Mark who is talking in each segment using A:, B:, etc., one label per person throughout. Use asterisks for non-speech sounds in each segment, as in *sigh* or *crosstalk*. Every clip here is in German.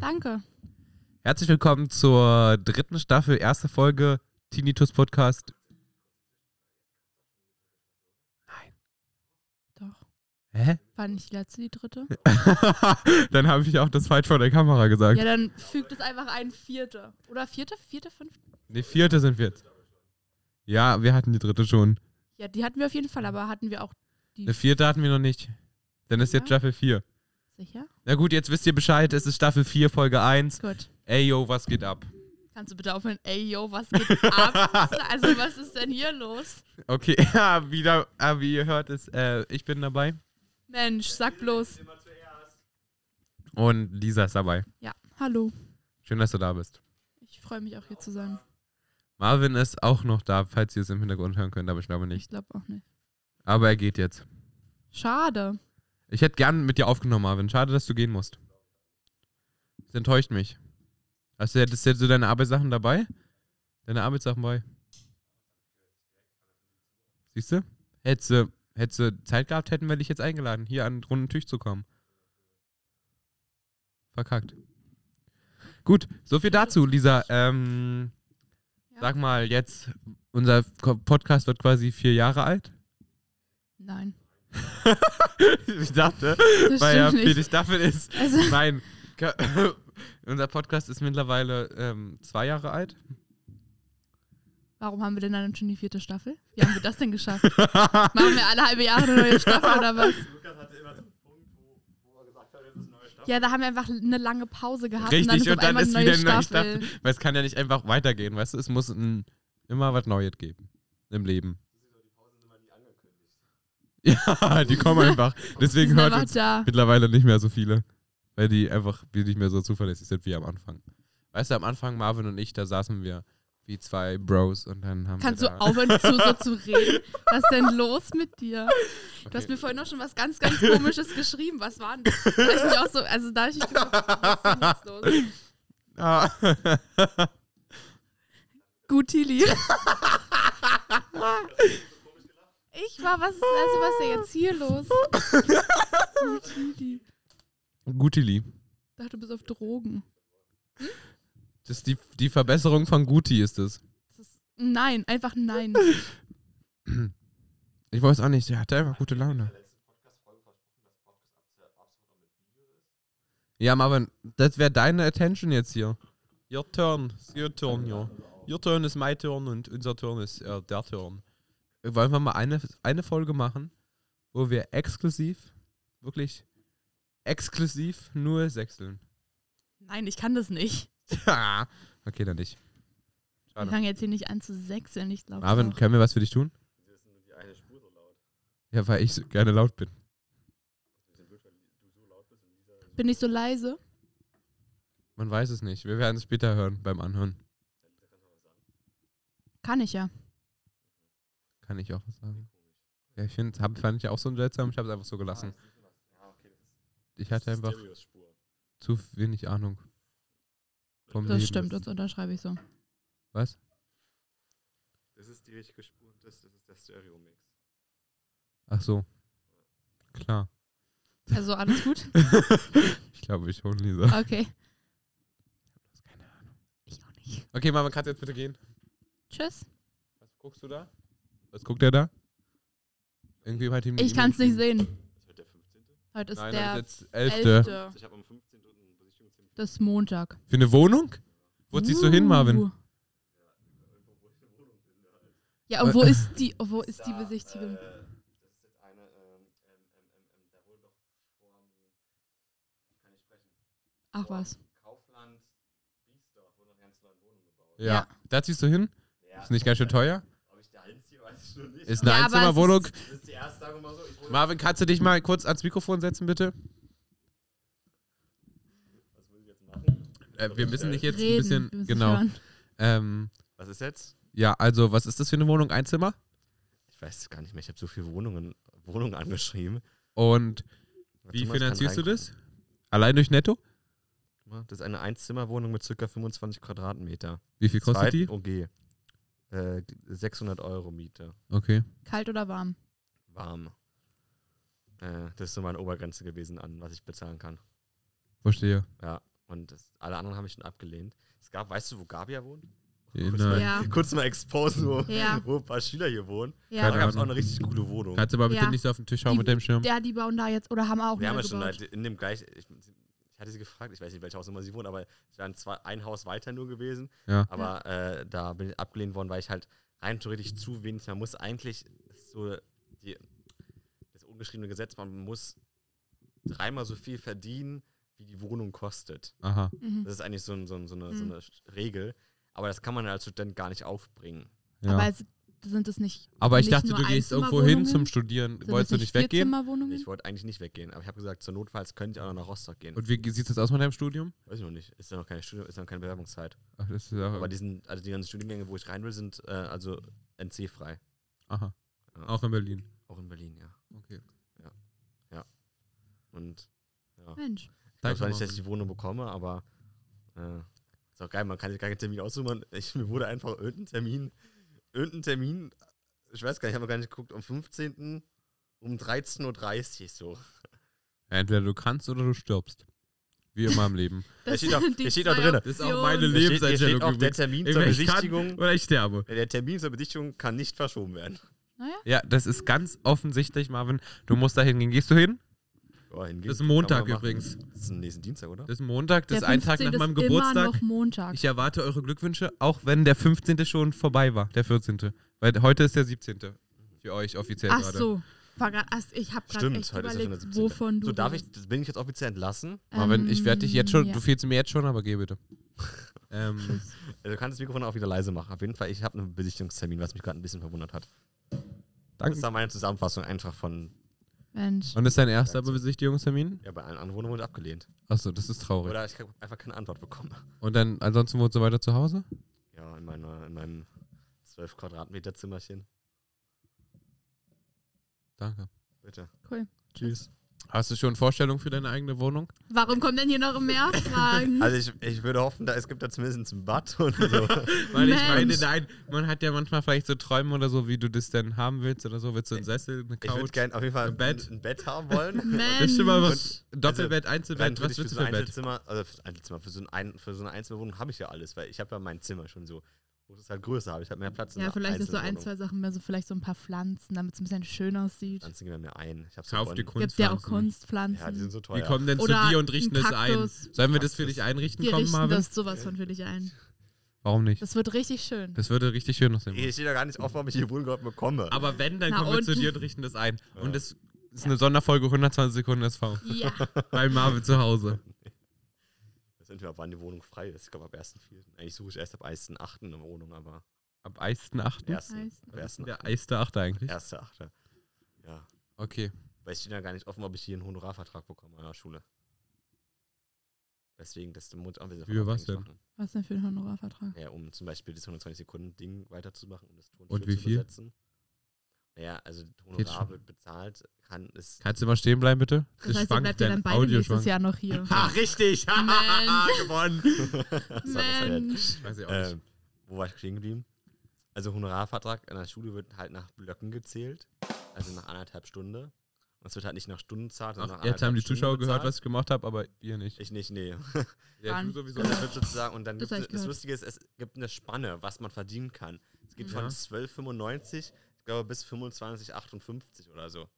A: Danke.
B: Herzlich willkommen zur dritten Staffel, erste Folge Tinnitus Podcast.
A: Doch.
B: Hä? *laughs*
A: War nicht die letzte, die dritte?
B: Dann habe ich auch das falsch vor der Kamera gesagt.
A: Ja, dann fügt es einfach ein vierte. Oder vierte, vierte, fünfte?
B: Die vierte sind wir jetzt. Ja, wir hatten die dritte schon.
A: Ja, die hatten wir auf jeden Fall, aber hatten wir auch die.
B: Eine vierte hatten wir noch nicht. Dann ist jetzt
A: Ja.
B: Staffel 4.
A: Sicher?
B: Na gut, jetzt wisst ihr Bescheid, es ist Staffel 4, Folge 1.
A: Gut.
B: Ey, yo, was geht ab?
A: Kannst du bitte aufhören? Ey, yo, was geht
B: *laughs*
A: ab? Also, was ist denn hier los?
B: Okay, *laughs* ja, wieder, ah, wie ihr hört, ist, äh, ich bin dabei
A: Mensch, sag bloß.
B: und Lisa ist dabei.
A: Ja, hallo.
B: Schön, dass du da bist.
A: Ich freue mich auch hier zu sein.
B: Marvin ist auch noch da, falls ihr es im Hintergrund hören könnt, aber ich glaube
A: Ich
B: nicht.
A: glaube auch nicht.
B: Aber er geht jetzt.
A: Schade.
B: Ich hätte gern mit dir aufgenommen, Marvin. Schade, dass du gehen musst. Das enttäuscht mich. Hast du, hättest du deine Arbeitssachen dabei? Deine Arbeitssachen bei? Siehst du? Hättest du, hättest du Zeit gehabt, hätten wir dich jetzt eingeladen, hier an den runden Tisch zu kommen. Verkackt. Gut, so viel dazu, Lisa. Ähm,
A: Ja.
B: Sag mal, jetzt, unser Ko- Podcast wird quasi vier Jahre alt.
A: Nein.
B: *laughs* ich dachte,
A: Das
B: weil er
A: stimmt
B: für
A: nicht.
B: dich Staffel ist.
A: Also,
B: Nein. *laughs* Ka- Unser Podcast ist mittlerweile ähm, zwei Jahre alt.
A: warum haben wir denn dann schon die vierte Staffel? Wie haben wir das denn geschafft? Machen wir alle halbe Jahre eine neue Staffel oder was? Ja, da haben wir einfach eine lange Pause gehabt
B: Richtig,
A: und dann ist, auf einmal
B: wieder eine neue
A: Staffel.
B: Staffel. Weil es kann ja nicht einfach weitergehen, weißt du? Es muss ein, immer was Neues geben im Leben. *laughs* Ja, die kommen einfach.
A: Die
B: Deswegen
A: sind
B: hört
A: einfach
B: uns
A: da.
B: mittlerweile nicht mehr so viele. Weil die einfach die nicht mehr so zuverlässig sind wie am Anfang. Weißt du, am Anfang, Marvin und ich, da saßen wir wie zwei Bros und dann haben
A: Kannst
B: wir
A: du
B: da,
A: aufhören, zu, so zu reden? Was ist denn los mit dir? Du hast
B: Okay.
A: mir vorhin noch schon was ganz, ganz Komisches geschrieben. Was war denn das? Da hab ich mich auch so, also da hab ich mich gefragt, was ist denn jetzt los?
B: Ah.
A: Gut, Tilly. Ich war, was ist, also was ist denn jetzt hier los? Gut, Tilly.
B: Gutili.
A: Ich dachte, du bist auf Drogen.
B: Das ist die, die Verbesserung von Guti ist es.
A: Das ist, nein, einfach nein.
B: Ich weiß auch nicht, der hatte einfach gute Laune. Ja, Marvin, das wäre deine Attention jetzt hier. Your turn, it's your turn, ja. Your turn ist my turn und unser Turn ist äh, der Turn. Wollen wir mal eine, eine Folge machen, wo wir exklusiv, wirklich exklusiv nur sechseln. *laughs*
A: Nein, ich kann das nicht.
B: Ja. okay, dann nicht.
A: Wir
B: Schade.
A: fangen jetzt hier nicht an zu sechseln, ich glaube.
B: Marvin, können wir was für dich tun? Ja, weil ich so gerne laut bin.
A: Bin ich so leise?
B: Man weiß es nicht. Wir werden es später hören beim Anhören.
A: Kann ich ja.
B: Kann ich auch was sagen. Ja, ich find, hab, fand ich auch so seltsam. Ich habe es einfach so gelassen. Ich hatte einfach zu wenig Ahnung. Vom
A: Das
B: Leben.
A: stimmt, das unterschreibe ich so.
B: Was?
C: Das ist die richtige Spur. Das, das ist der Stereo-Mix.
B: Ach so. Klar.
A: Also alles
B: *laughs*
A: gut?
B: Ich glaube, ich hole Lisa.
A: Okay.
B: Keine Ahnung.
A: Ich auch nicht.
B: Okay, Mama, kannst du jetzt bitte gehen?
A: Tschüss.
B: Was guckst du da? Was guckt der da? Irgendwie hat ihm
A: Ich kann es nicht sehen.
C: Ist heute der 15.
A: Heute ist
B: Nein,
A: der
B: das ist jetzt Elfte.
A: elfte.
C: Ich habe am 15. einen Besichtigungstermin.
A: Das ist Montag.
B: Für eine Wohnung? Wo ziehst du hin, Marvin?
A: Uh. Ja, und wo
B: Äh.
A: ist die, oh, wo ist die Besichtigung?
C: Äh, das ist jetzt eine, ähm, ähm, ähm, ähm, ähm, da wurde doch vor, ich kann nicht sprechen,
A: Ach was.
C: Kaufland, Biesdorf, wurde noch eine ganz neue Wohnung gebaut.
B: Ja.
A: Ja.
B: Da ziehst du hin?
C: Ja,
B: Ist nicht ganz schön teuer?
C: Ob ich da hinziehe, weiß ich noch nicht.
B: Ist
C: aber
B: eine
A: Ja, aber es ist-
B: Einzimmerwohnung.
C: Das ist die erste, sagen wir mal so. Ich wohne,
B: Marvin, kannst du dich mal kurz ans Mikrofon setzen, bitte?
C: was muss ich jetzt machen?
B: Äh, wir müssen dich jetzt
A: Reden.
B: ein
A: wir
B: bisschen.
A: müssen
B: Genau.
A: hören.
B: Ähm,
C: Was ist jetzt?
B: ja, also, was ist das für eine Wohnung? Ein Zimmer?
C: Ich weiß es gar nicht mehr. Ich habe so viele Wohnungen, Wohnungen angeschrieben.
B: Und
C: Warte
B: wie
C: mal, ich kann
B: finanzierst du das? Allein durch Netto?
D: Ne?
C: reingucken. Das ist eine Einzimmerwohnung mit ca. 25 Quadratmeter.
B: Wie viel kostet die?
C: OG. Äh, 600 Euro Miete.
B: Okay.
A: Kalt oder warm?
C: Warm. Äh, das ist so meine Obergrenze gewesen an, was ich bezahlen kann.
B: Verstehe.
C: Ja, und das
D: Alle anderen haben mich dann abgelehnt. Es gab, weißt du, wo Gabia wohnt?
B: Nein.
A: Ja,
D: Kurz mal exposen, wo,
A: Ja.
D: wo ein paar Schüler hier wohnen.
A: ja.
D: Da
B: Keine
D: gab es auch
B: Ahnung.
D: eine richtig coole Wohnung.
B: Kannst du aber bitte
A: Ja.
B: nicht so auf den Tisch hauen
A: Die-
B: mit dem Schirm.
A: Ja, die bauen da jetzt oder haben auch.
D: Wir haben ja
A: neu
D: schon
A: gebaut.
D: halt in dem gleich. Ich, ich hatte sie gefragt, ich weiß nicht, welches Hausnummer sie wohnt, aber es wären zwar ein Haus weiter nur gewesen,
B: Ja.
D: aber äh, da bin ich abgelehnt worden, weil ich halt rein theoretisch zu wenig. Man muss eigentlich so die, das ungeschriebene Gesetz, man muss dreimal so viel verdienen, wie die Wohnung kostet.
B: Aha.
A: Mhm.
D: Das ist eigentlich so, ein, so, ein, so, eine, so
A: Mhm.
D: eine Regel. Aber das kann man als Student gar nicht aufbringen.
B: Ja.
A: Aber
B: Aber,
A: es, sind es nicht.
B: ich
A: nicht
B: dachte,
A: nur
B: du gehst irgendwo
A: Einzimmerwohnungen?
B: hin zum Studieren.
A: sind
B: Wolltest du
A: es
B: nicht weggehen?
D: Nee,
A: Vierzimmerwohnungen?
D: Ich wollte eigentlich nicht weggehen, aber ich habe gesagt, zur Notfalls könnte ich auch noch nach Rostock gehen.
B: Und wie sieht es jetzt aus mit deinem Studium?
D: Weiß ich noch nicht. Ist ja noch keine Studium, ist ja noch keine Bewerbungszeit.
B: Ach, das ist ja,
D: Aber die sind, also die ganzen Studiengänge, wo ich rein will, sind äh, also NC-frei.
B: aha.
D: Ja.
B: Auch in Berlin.
D: Auch in Berlin, ja.
B: Okay.
D: Und ja.
A: Mensch.
D: Ich weiß
B: Danke,
D: zwar nicht, dass ich
B: Marvin.
D: die Wohnung bekomme, aber äh, ist auch geil, man kann sich gar keinen Termin aussuchen. *laughs* Ich, mir wurde einfach irgendein Termin, irgendein Termin, ich weiß gar nicht, ich habe noch gar nicht geguckt, am 15. um 13.30 Uhr so.
B: Entweder du kannst oder du stirbst. Wie immer im
A: *laughs*
B: Leben.
A: Das
D: steht auch-
A: sind die
D: da steht auch
A: zwei
D: drin.
B: Das ist auch meine
A: Optionen.
D: Da steht, hier steht
B: Lebenseinstellung
D: auch der
B: übrigens.
D: Termin zur
B: Entweder ich kann
D: Besichtigung.
B: oder ich sterbe.
D: Der Termin zur Besichtigung kann nicht verschoben werden.
A: Naja,
B: Ja, das ist ganz offensichtlich, Marvin. Du musst da hingehen. Gehst du hin?
D: Ja, hingehen,
B: Das ist
D: kann man
B: Montag
D: machen.
B: übrigens.
D: Das ist nächsten Dienstag, oder?
B: Das ist Montag, das ist
A: der
B: ein Tag
A: 15.
B: nach meinem
A: ist Immer
B: Geburtstag.
A: noch Montag.
B: Ich erwarte eure Glückwünsche, auch wenn der 15. schon vorbei war, der 14. Weil heute ist der 17. Für euch offiziell
A: Ach
B: gerade.
A: so. War grad, ach, ich habe gerade
D: Stimmt,
A: echt
D: heute ist ja schon der
A: überlegt,
D: 17.
A: wovon du.
D: so, darf
A: redest.
D: ich, bin ich jetzt offiziell entlassen?
B: Marvin, ich werde dich jetzt schon,
A: Ähm,
B: du
A: ja.
B: fehlst mir jetzt schon, aber geh
A: *laughs*
B: bitte. ähm,
D: Also, Du kannst das Mikrofon auch wieder leise machen. Auf jeden Fall, ich habe einen Besichtigungstermin, was mich gerade ein bisschen verwundert hat. Das
B: danke.
D: war meine Zusammenfassung einfach von,
A: Mensch.
B: Und ist dein erster Besichtigungstermin?
D: ja, bei allen anderen Wohnungen wurde abgelehnt.
B: Achso, das ist traurig.
D: Oder ich habe einfach keine Antwort bekommen. *laughs*
B: Und dann, ansonsten wohnst du weiter zu Hause?
D: Ja, in, meiner, in meinem 12 Quadratmeter Zimmerchen.
B: Danke.
D: Bitte.
A: Cool.
D: Tschüss.
B: Hast du schon Vorstellungen für deine eigene Wohnung?
A: Warum kommen denn hier noch
B: *laughs*
A: mehr Fragen?
D: Also ich, ich würde hoffen, da, es gibt da zumindest ein Bad
B: *laughs*
D: und so.
B: Weil ich meine,
A: Mensch.
B: nein, man hat ja manchmal vielleicht so Träume oder so, wie du das denn haben willst oder so. Willst du einen Sessel, eine
D: Ich würde
B: Couch?
D: gerne auf jeden Fall
B: Ein Bett.
D: Ein, ein Bett
B: *laughs*
D: haben wollen.
A: Mensch.
B: Das ist schon mal was.
D: also
B: Doppelbett,
D: Rein
B: Einzelbett, was
D: theoretisch
B: willst du für
D: so ein
B: ein Bett?
D: Einzelzimmer, also für, Einzelzimmer, für, so ein, ein, für so eine Einzelwohnung habe ich ja alles, weil ich habe ja mein Zimmer schon so. Wo es halt größer habe, ich habe mehr Platz. in
A: ja,
D: einer
A: vielleicht ist so ein,
D: Einzelwohnung.
A: zwei Sachen mehr, so vielleicht so ein paar Pflanzen, damit es ein bisschen schön aussieht.
D: Pflanzen gehen wir mir ein. Ich hab's
B: Kauf dir
D: gewonnen.
A: Gibt ja auch
B: Kunstpflanzen.
D: Ja,
A: Kunstpflanzen.
D: die sind so teuer.
B: Die kommen dann zu
A: Oder
B: dir und richten
A: ein
B: es ein.
A: Kaktus.
B: Sollen wir das für
D: Kaktus.
B: dich einrichten,
A: Wir
B: kommen,
A: richten
B: Marvin?
A: das sowas von für dich ein.
B: Warum nicht?
A: Das wird richtig schön.
B: Das würde richtig schön aussehen.
D: Ich stehe da gar nicht offen, ob ich die Wohnung überhaupt bekomme.
B: Aber wenn, dann
A: Na
B: kommen wir zu
A: und?
B: dir und richten das ein. Und
D: Ja.
B: das ist eine Sonderfolge 120 Sekunden SV. *laughs*
D: *laughs*
A: Ja,
B: Bei Marvin zu Hause.
D: Das sind wir, ab wann die Wohnung frei ist. Ich glaube, ab 1.4. Eigentlich suche ich erst ab 1.8. eine Wohnung, aber
B: Ab 1.8.
D: 1.
A: Ersten.
D: Ab 1.
B: Der 1.8. eigentlich.
D: 1.8. Ja.
B: Okay.
D: Weil ich stehe da gar nicht offen, ob ich hier einen Honorarvertrag bekomme an der Schule. Deswegen, das muss ich auch ein bisschen
B: Für was
D: abhängig machen.
A: was denn für ein Honorarvertrag?
D: Ja, um zum Beispiel das 120-Sekunden-Ding weiterzumachen und das Ton
B: Und wie viel?
D: zu besetzen. Naja, also Honorar
B: schon.
D: wird bezahlt, kann es.
B: Kannst du mal stehen bleiben, bitte?
A: Das heißt, ihr bleibt ja dann beide nächstes Jahr noch hier.
B: Ha, richtig.
A: Mensch.
B: gewonnen.
D: *laughs* das war das halt.
A: Mensch.
B: Weiß ich auch nicht.
D: Ähm, wo war ich stehen geblieben? Also Honorarvertrag an der Schule wird halt nach Blöcken gezählt, also nach anderthalb Stunde. Und es wird halt nicht nach Stunden zahlt,
B: Ach,
D: sondern nach
B: jetzt haben die
D: anderthalb Stunden
B: Zuschauer gehört, was
D: bezahlt.
B: ich gemacht habe, aber ihr nicht.
D: Ich nicht, nee.
B: Ja, du
A: Mann.
B: sowieso.
D: Und dann wird sozusagen, und dann
A: Das
D: gibt
A: hab
D: es,
A: ich
D: das
A: gehört.
D: Lustige ist, es gibt eine Spanne, was man verdienen kann. Es geht
A: Mhm.
D: von
B: Ja.
D: 12,95, ich glaube, bis 25,58 oder so.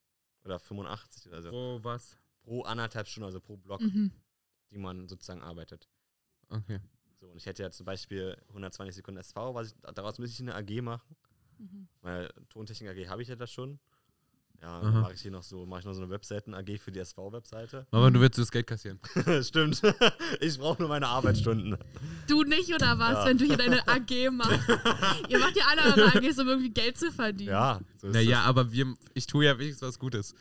D: Oder 85 oder so.
B: Oh, was?
D: Pro anderthalb Stunden, also pro Block,
A: Mhm.
D: die man sozusagen arbeitet.
B: Okay.
D: So, und ich hätte ja zum Beispiel 120 Sekunden SV, was ich, daraus müsste ich eine AG machen.
A: Mhm.
D: Weil Tontechnik AG habe ich ja das schon. Ja,
B: Aha.
D: dann mache ich hier noch so, mache ich noch so eine Webseiten AG für die SV-Webseite.
B: Mama, du willst das Geld kassieren.
D: *laughs* Stimmt. *laughs* ich brauche nur meine Arbeitsstunden.
A: Mhm. Du nicht oder was,
D: Ja.
A: wenn du hier deine AG machst? Ihr macht ja alle eure AGs, um irgendwie Geld zu verdienen.
D: Ja, so ist
B: Naja, aber wir, ich tue ja wenigstens was Gutes.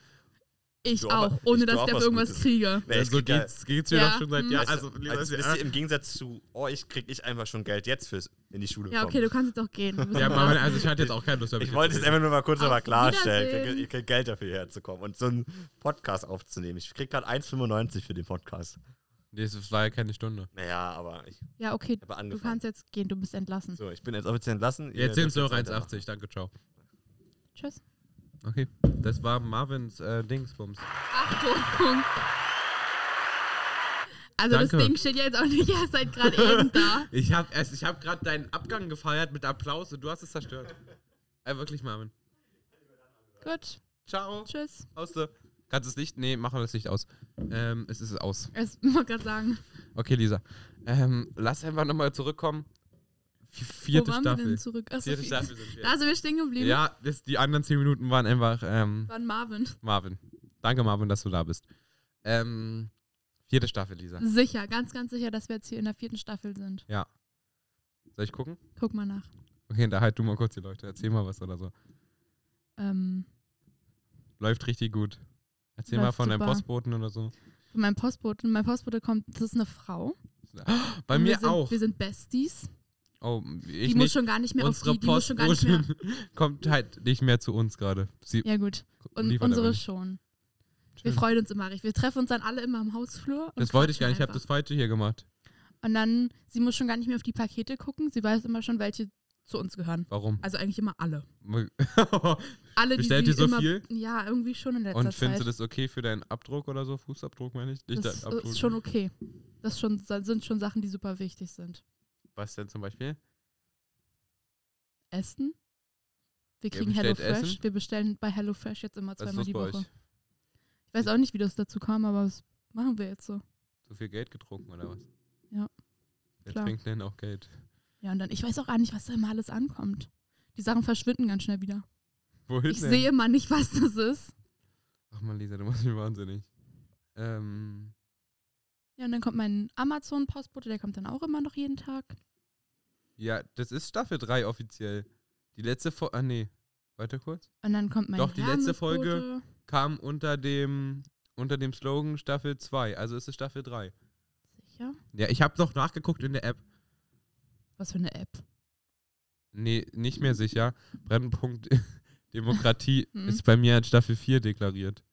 A: Ich
D: Du auch-
A: auch, ohne
D: ich tu
A: dass
D: auch
A: ich dafür
D: was
A: irgendwas
D: Gutes.
A: kriege.
D: das. Ja, ich
B: Also so
D: krieg ja-
B: geht's, geht's mir
A: Ja,
B: doch schon seit
A: mhm.
B: Jahren.
D: weißt
B: Also,
D: du, also
B: ja,
D: wisst ihr, im Gegensatz zu euch kriege ich einfach schon Geld jetzt fürs in die Schule
A: Ja, okay,
D: kommen.
A: du kannst jetzt auch gehen. Du bist
B: ja,
A: raus.
B: Mama,
D: *laughs*
B: also ich hatte jetzt auch keine Lust mehr.
D: Ich
B: mit
D: wollte
B: dir
D: es
B: zu reden.
D: einfach nur mal kurz
A: Auf
D: nochmal klarstellen. Ihr
A: Wiedersehen.
D: kriegt- Ihr kriegt Geld dafür herzukommen und so einen Podcast aufzunehmen. Ich krieg gerade 1,95 für den Podcast.
B: Nee, es war ja keine Stunde.
D: Naja, aber ich
A: Ja, okay,
D: habe
A: du
D: angefangen.
A: kannst jetzt gehen, du bist entlassen.
D: so, ich bin jetzt offiziell entlassen. Ihr
B: Jetzt sind es
D: dürft
B: nur noch
D: weitermachen.
B: 1,80. Danke, ciao.
A: Tschüss.
B: Okay, das war Marvins äh, Dingsbums.
A: Achtung. Also das
B: Danke.
A: Ding steht ja jetzt auch nicht erst seit gerade eben da.
B: *laughs* Ich habe ich hab gerade deinen Abgang gefeiert mit Applaus und du hast es zerstört. Ey, wirklich, Marvin.
A: Gut,
B: Ciao.
A: tschüss.
B: Aus der. Kannst du das Licht? Nee, machen wir das Licht aus. Ähm, es ist aus.
A: Das muss ich gerade sagen.
B: Okay, Lisa. Ähm, lass einfach nochmal zurückkommen. V-
A: Wo
B: Vierte
A: waren wir
B: Staffel.
A: denn zurück? Achso,
B: Vierte
A: viel-
B: Staffel sind wir.
A: Da sind wir stehen geblieben.
B: Ja, das, die anderen zehn Minuten waren einfach ähm,
A: Waren Marvin.
B: Marvin. Danke, Marvin, dass du da bist. Ähm, vierte Staffel, Lisa.
A: Sicher, ganz, ganz sicher, dass wir jetzt hier in der vierten Staffel sind.
B: Soll ich gucken?
A: Guck mal nach.
B: Okay, da halt du mal kurz die Leute. Erzähl mal was oder so.
A: Ähm,
B: Läuft richtig gut. Erzähl
A: Läuft
B: mal von deinem
A: super.
B: Postboten oder so.
A: von meinem Postbote. Mein Postbote kommt, das ist eine Frau.
B: Bei
A: Und
B: mir
A: wir sind,
B: auch.
A: Wir sind Besties.
B: Oh, ich
A: die muss
B: nicht.
A: schon gar nicht mehr
B: unsere
A: auf die, die muss schon gar nicht mehr.
B: Postbotin *laughs* kommt halt nicht mehr zu uns gerade. Sie
A: Ja gut. Und
B: liefert aber
A: unsere
B: nicht.
A: schon. Wir
B: Schön.
A: freuen uns immer richtig. Wir treffen uns dann alle immer im Hausflur. Und
B: Das wollte ich gar nicht.
A: quatschen
B: Ich habe
A: einfach.
B: das Falsche hier gemacht.
A: Und dann, sie muss schon gar nicht mehr auf die Pakete gucken. Sie weiß immer schon, welche zu uns gehören.
B: Warum?
A: Also eigentlich immer alle.
B: *laughs*
A: Alle,
B: Bestellt
A: die
B: ihr
A: sie
B: so
A: immer,
B: viel?
A: Ja, irgendwie schon in letzter
B: Und
A: Zeit.
B: findest du das okay für deinen Abdruck oder so? Fußabdruck meine ich? Nicht
A: das
B: deinen Abdruck.
A: ist schon okay. Das schon, sind schon Sachen, die super wichtig sind.
B: Was denn zum Beispiel?
A: Essen. Wir
B: Ihr
A: kriegen
B: bestellt
A: HelloFresh.
B: Essen?
A: Wir bestellen bei HelloFresh jetzt immer
B: Was ist
A: zweimal
B: los
A: die
B: bei
A: Woche.
B: euch?
A: Ich weiß auch nicht, wie das dazu kam, aber das machen wir jetzt so.
B: Zu viel Geld getrunken oder was?
A: Ja,
B: Wer
A: klar.
B: trinkt denn auch Geld?
A: Ja, und dann, ich weiß auch gar nicht, was da immer alles ankommt. Die Sachen verschwinden ganz schnell wieder.
B: Wohin
A: Ich
B: denn?
A: sehe mal nicht, *laughs* was das ist.
B: Ach man, Lisa, du machst mich wahnsinnig. Ähm,
A: Ja, und dann kommt mein Amazon-Postbote, der kommt dann auch immer noch jeden Tag.
B: ja, das ist Staffel 3 offiziell. Die letzte Folge. Ah, nee. Weiter kurz.
A: Und dann kommt mein
B: Doch, die letzte Folge.
A: Hermesbote.
B: Kam unter dem, unter dem Slogan Staffel 2. Also ist es Staffel 3.
A: Sicher?
B: Ja, ich habe noch nachgeguckt in der App.
A: Was für eine App.
B: Nee, nicht mehr sicher. Brennpunkt *laughs* Demokratie
A: Mhm.
B: ist bei mir als Staffel 4 deklariert.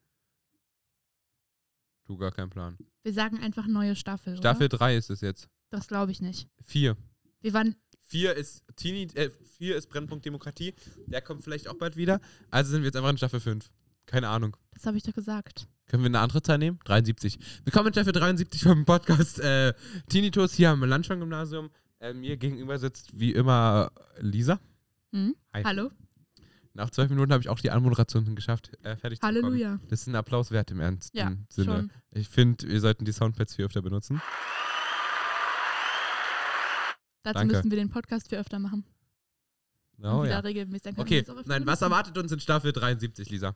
B: Du gar kein Plan.
A: Wir sagen einfach neue Staffel.
B: Staffel
A: Oder?
B: 3 ist es jetzt.
A: Das glaube ich nicht.
B: 4.
A: Wir waren
B: 4 ist Teenie, äh, 4 ist Brennpunkt Demokratie. Der kommt vielleicht auch bald wieder. Also sind wir jetzt einfach in Staffel 5. Keine Ahnung.
A: Das habe ich doch gesagt.
B: Können wir eine andere Zahl nehmen? 73. Willkommen in Staffel 73 vom Podcast äh, Tinnitus hier am Landschon-Gymnasium. Äh, mir gegenüber sitzt wie immer Lisa.
A: Hm?
B: Hi.
A: Hallo?
B: Nach zwölf Minuten habe ich auch die Anmoderation geschafft, äh, fertig zu bekommen.
A: Halleluja.
B: Das ist ein Applaus wert im ernsten
A: Ja,
B: Sinne.
A: schon.
B: Ich finde, wir sollten die Soundpads viel öfter benutzen.
A: Dazu
B: Danke.
A: müssen wir den Podcast viel öfter machen.
B: Oh,
A: und wieder
B: ja.
A: regelmäßig. Dann können wir
B: Okay,
A: das auch öfter
B: nein, was
A: benutzen.
B: erwartet uns in Staffel 73, Lisa?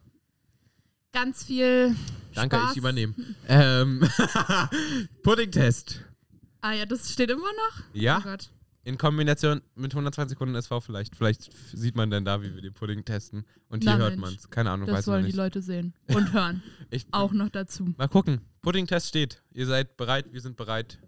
A: Ganz viel.
B: Danke,
A: Spaß.
B: ich
A: *laughs*
B: übernehme. Ähm, *laughs* Pudding-Test.
A: Ah ja, das steht immer noch. Oh
B: Ja,
A: Gott.
B: in Kombination mit 120 Sekunden SV vielleicht. Vielleicht f- sieht man dann da, wie wir den Pudding testen. Und hier
A: Na,
B: hört
A: Mensch.
B: man es. Keine Ahnung,
A: Das
B: weiß man
A: wollen die
B: nicht.
A: Leute sehen
B: *laughs*
A: und hören.
B: Ich,
A: auch noch dazu.
B: Mal gucken. Pudding-Test steht. Ihr seid bereit, wir sind bereit.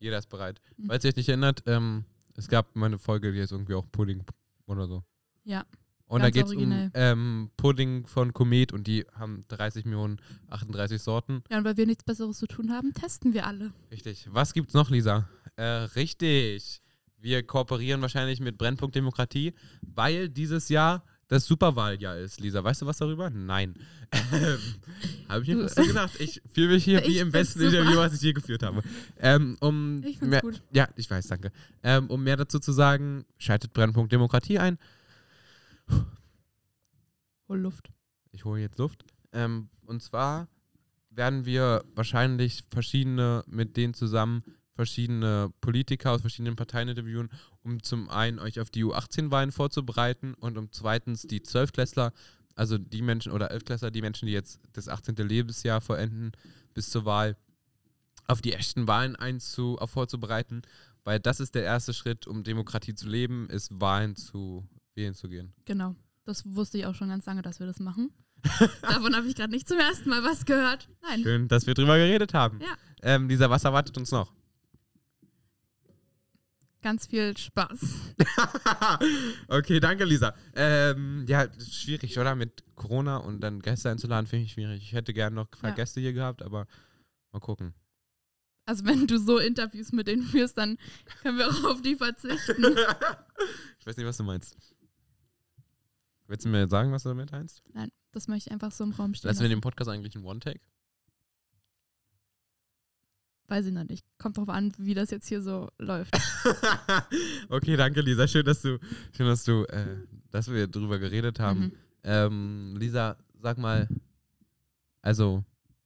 B: Jeder ist bereit.
A: Mhm.
B: Falls ihr euch nicht erinnert, ähm, es gab mal eine Folge, die ist irgendwie auch Pudding oder so.
A: Ja,
B: Und da
A: ganz
B: geht es um
A: originell.
B: ähm, Pudding von Komet und die haben 30 Millionen 38 Sorten.
A: Ja, und weil wir nichts Besseres zu tun haben, testen wir alle.
B: Richtig. Was gibt's noch, Lisa? Äh, richtig. Wir kooperieren wahrscheinlich mit Brennpunkt Demokratie, weil dieses Jahr das Superwahljahr ist. Lisa, weißt du was darüber? Nein. Ähm, *laughs* habe ich mir
A: Du-
B: fast so gedacht. Ich fühle mich hier
A: *laughs* Ich
B: wie im
A: find's
B: besten
A: super.
B: Interview, was ich je geführt habe. Ähm, um
A: Ich find's
B: mehr,
A: gut.
B: Ja, ich weiß, danke. Ähm, um mehr dazu zu sagen, schaltet Brennpunkt Demokratie ein.
A: Hol Luft.
B: Ich hole jetzt Luft. Ähm, und zwar werden wir wahrscheinlich verschiedene, mit denen zusammen verschiedene Politiker aus verschiedenen Parteien interviewen, um zum einen euch auf die U18-Wahlen vorzubereiten und um zweitens die Zwölftklässler, also die Menschen oder Elftklässler, die Menschen, die jetzt das 18. Lebensjahr vollenden, bis zur Wahl auf die echten Wahlen einzu auf vorzubereiten, weil das ist der erste Schritt, um Demokratie zu leben, ist Wahlen zu wählen zu gehen.
A: Genau. Das wusste ich auch schon ganz lange, dass wir
B: *laughs*
A: das machen. Davon habe ich gerade nicht zum ersten Mal was gehört. Nein.
B: Schön, dass wir drüber geredet haben.
A: Ja.
B: Ähm, Lisa, was erwartet uns noch? *laughs*
A: Ganz viel Spaß.
B: okay, danke, Lisa. Ähm, ja, das ist schwierig, oder? Mit Corona und dann Gäste einzuladen, finde ich schwierig. Ich hätte gerne noch ein paar
A: Ja.
B: Gäste hier gehabt, aber mal gucken.
A: Also wenn du so Interviews mit denen führst, dann können wir auch auf die verzichten.
B: *laughs* ich weiß nicht, was du meinst. Willst du mir jetzt sagen, was du damit meinst?
A: Nein, das möchte ich einfach so im Raum stehen.
B: Lassen wir
A: lassen.
B: den Podcast eigentlich in One-Take?
A: Weiß ich noch nicht. Kommt drauf an, wie das jetzt hier so läuft.
B: *laughs* okay, danke, Lisa. Schön, dass du, schön, dass du, äh, dass wir drüber geredet haben.
A: Mhm.
B: Ähm, Lisa, sag mal, also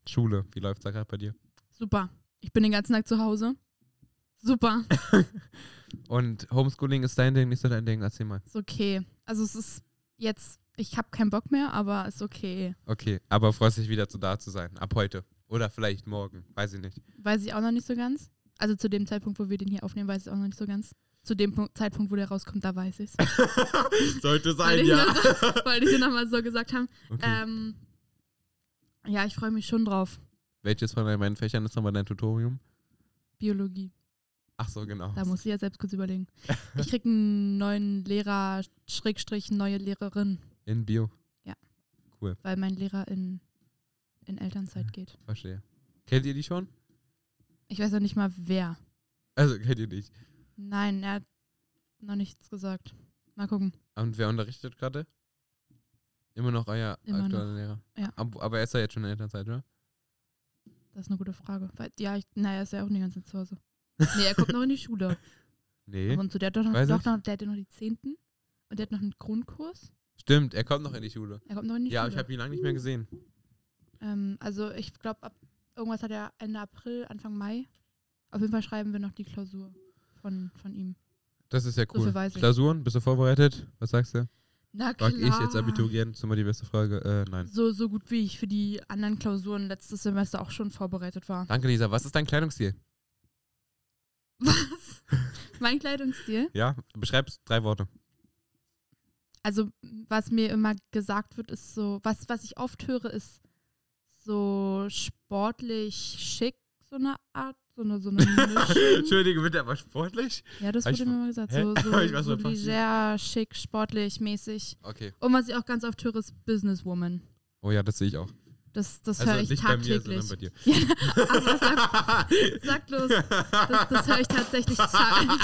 B: Schule, wie läuft's da gerade bei dir?
A: Super. Ich bin den ganzen Tag zu Hause. Super.
B: Und Homeschooling ist dein Ding, nicht so dein Ding? Erzähl mal.
A: Ist okay. Also es ist jetzt, ich habe keinen Bock mehr, aber ist okay.
B: Okay, aber freust dich wieder zu da zu sein, ab heute. Oder vielleicht morgen, weiß ich nicht.
A: Weiß ich auch noch nicht so ganz. Also zu dem Zeitpunkt, wo wir den hier aufnehmen, weiß ich auch noch nicht so ganz. Zu dem Punkt, Zeitpunkt, wo der rauskommt, da weiß ich's.
D: *laughs* Sollte
A: Weil
D: sein,
A: ich
D: ja.
A: nur- Weil die hier nochmal so gesagt haben.
B: *laughs* Okay.
A: Ähm, ja, ich freue mich schon drauf.
B: Welches von meinen Fächern ist nochmal dein Tutorium?
A: Biologie.
B: Ach so, genau.
A: Da muss ich ja selbst kurz überlegen. Ich krieg einen neuen Lehrer, Schrägstrich, neue Lehrerin,
B: In Bio,
A: weil mein Lehrer in, in Elternzeit geht.
B: verstehe. Kennt ihr die schon?
A: Ich weiß ja nicht mal wer.
B: Also, kennt ihr nicht.
A: Nein, er hat noch nichts gesagt. Mal gucken.
B: Und wer unterrichtet gerade? Immer noch euer
A: Immer
B: aktueller Lehrer.
A: ja.
B: Ab- Aber er ist ja jetzt schon in Elternzeit, oder?
A: Das ist eine gute Frage. Weil, ja, ich, naja, ist ja auch nicht ganz zu
B: *laughs*
A: Hause. Nee, er kommt noch in die Schule.
B: Nee.
A: Und so, der hat doch noch,
B: Weiß
A: doch
B: ich.
A: noch, der hat ja noch die Zehnten. Und der hat noch einen Grundkurs.
B: Stimmt, er kommt noch in die Schule.
A: Er kommt noch in die
B: Ja,
A: Schule.
B: ich habe ihn lange nicht mehr gesehen.
A: Ähm, also ich glaube, ab irgendwas hat er Ende April, Anfang Mai. Auf jeden Fall schreiben wir noch die Klausur von, von ihm.
B: Das ist ja
A: So
B: cool.
A: viel weiß ich.
B: Klausuren, bist du vorbereitet? Was sagst du?
A: Na klar.
B: Frag ich jetzt Abiturient, das ist immer die beste Frage. Äh, nein.
A: So, so gut wie ich für die anderen Klausuren letztes Semester auch schon
B: *laughs*
A: vorbereitet war.
B: Danke, Lisa. Was ist dein Kleidungsstil?
A: Was? mein Kleidungsstil?
B: Ja, beschreib's drei *laughs* Worte.
A: Also was mir immer gesagt wird, ist so, was, was ich oft höre, ist so sportlich schick, so eine Art, so eine,
B: *laughs*
A: so eine Mischung.
B: Entschuldige bitte, aber sportlich?
A: ja, das
B: Hab ich
A: wurde mir immer gesagt.
B: Hä? *laughs*
A: So,
B: Hab ich
A: so,
B: was
A: so
B: verpasst?
A: leger, schick, sportlich, mäßig.
B: Okay.
A: Und was ich auch ganz oft höre, ist Businesswoman.
B: Oh ja, das sehe ich auch.
A: Das, das höre
B: also
A: ich
B: nicht bei mir, sondern
A: tagtäglich.
B: bei dir.
A: Aber sag,
B: *laughs*
A: sag bloß, das, das höre ich tatsächlich tagtäglich.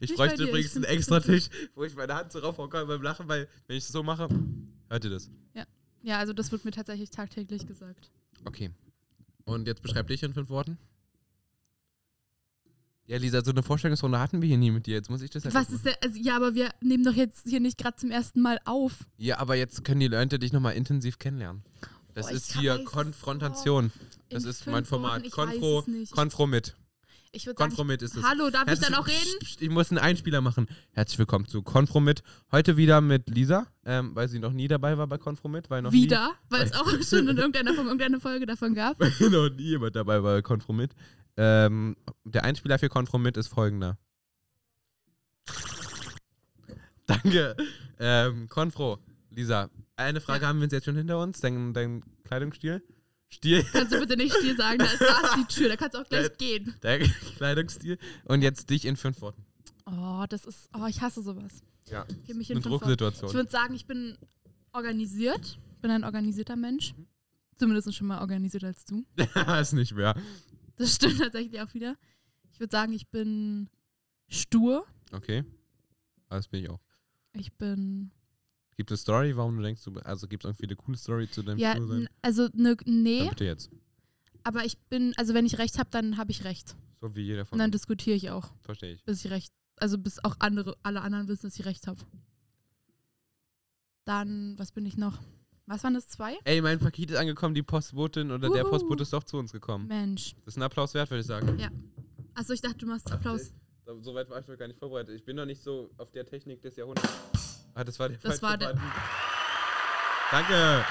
B: Ich
A: Nicht bei
B: bräuchte
A: dir,
B: übrigens
A: ich
B: einen
A: find's
B: extra Tisch, wo ich meine Hand so raufhauen kann beim Lachen, weil wenn ich das so mache, hört ihr das.
A: Ja, also das wird mir tatsächlich tagtäglich gesagt.
B: Okay. Und jetzt beschreib dich in fünf Worten. Ja, Lisa, so eine Vorstellungsrunde hatten wir hier nie mit dir. Jetzt muss ich das ja
A: Was
B: machen.
A: ist der, also, ja, aber wir nehmen doch jetzt hier nicht gerade zum ersten Mal auf.
B: Ja, aber jetzt können die Leute dich nochmal intensiv kennenlernen. Das
A: Boah,
B: ist
A: ich
B: hier
A: weiß es.
B: Konfrontation.
A: In
B: das ist
A: fünf
B: mein Format.
A: Worten, ich
B: Konfro,
A: weiß es nicht.
B: Konfro mit.
A: Ich würde sagen,
B: Konfro mit ist es.
A: hallo, darf ich
B: Herzlich-
A: dann auch reden?
B: Psst, psst, Ich muss einen Einspieler machen. Herzlich willkommen zu Konfro mit. Heute wieder mit Lisa, ähm, weil sie noch nie dabei war bei Konfro mit, weil noch
A: Wieder, weil es auch schon in irgendeiner Form irgendeine Folge davon gab.
B: nie *laughs* weil noch nie jemand dabei war bei Konfro mit. Ähm, der Einspieler für Konfro mit ist folgender. *laughs* Danke. Ähm, Konfro, Lisa, eine Frage haben wir uns jetzt schon hinter uns, dein, dein Kleidungsstil. Stil.
A: Kannst du bitte nicht dir sagen, da ist, da ist die Tür, da kannst du auch
B: Äh,
A: gleich gehen.
B: *laughs* Dein Kleidungsstil. Und jetzt dich in fünf Worten.
A: Oh, das ist, oh, ich hasse sowas.
B: Ja.
A: Geh mich
B: Eine
A: hin von vorn. Ich
B: Drucksituation.
A: würde sagen, ich bin organisiert, bin ein organisierter Mensch.
B: Mhm.
A: Zumindest schon mal organisierter als du.
B: *laughs* ist nicht mehr.
A: Das stimmt tatsächlich auch wieder. Ich würde sagen, ich bin stur.
B: Okay. Das bin ich auch.
A: Ich bin.
B: Gibt es Story, warum du denkst, du, also gibt es irgendwie eine coole Story zu deinem
A: Ja,
B: Schulsein?
A: n- also ne,
B: Dann
A: nee,
B: bitte jetzt.
A: aber ich bin, also wenn ich recht habe, dann habe ich recht.
B: So wie jeder
A: Und
B: von
A: dann
B: uns.
A: diskutiere ich auch,
B: Verstehe ich.
A: bis ich recht, also bis auch andere, alle anderen wissen, dass ich recht habe. Dann, was bin ich noch? Was waren das zwei?
B: Ey, mein Paket ist angekommen, die Postbotin oder der
A: Uhu.
B: Postbote ist doch zu uns gekommen.
A: Mensch.
B: Das ist ein Applaus wert, würde ich sagen.
A: Achso, ich dachte, du machst Applaus.
B: So so weit war ich noch gar nicht vorbereitet. Ich bin noch nicht so auf der Technik des Jahrhunderts. Ah, das war der
A: Das
B: falsche
A: war der-
B: Button. Danke.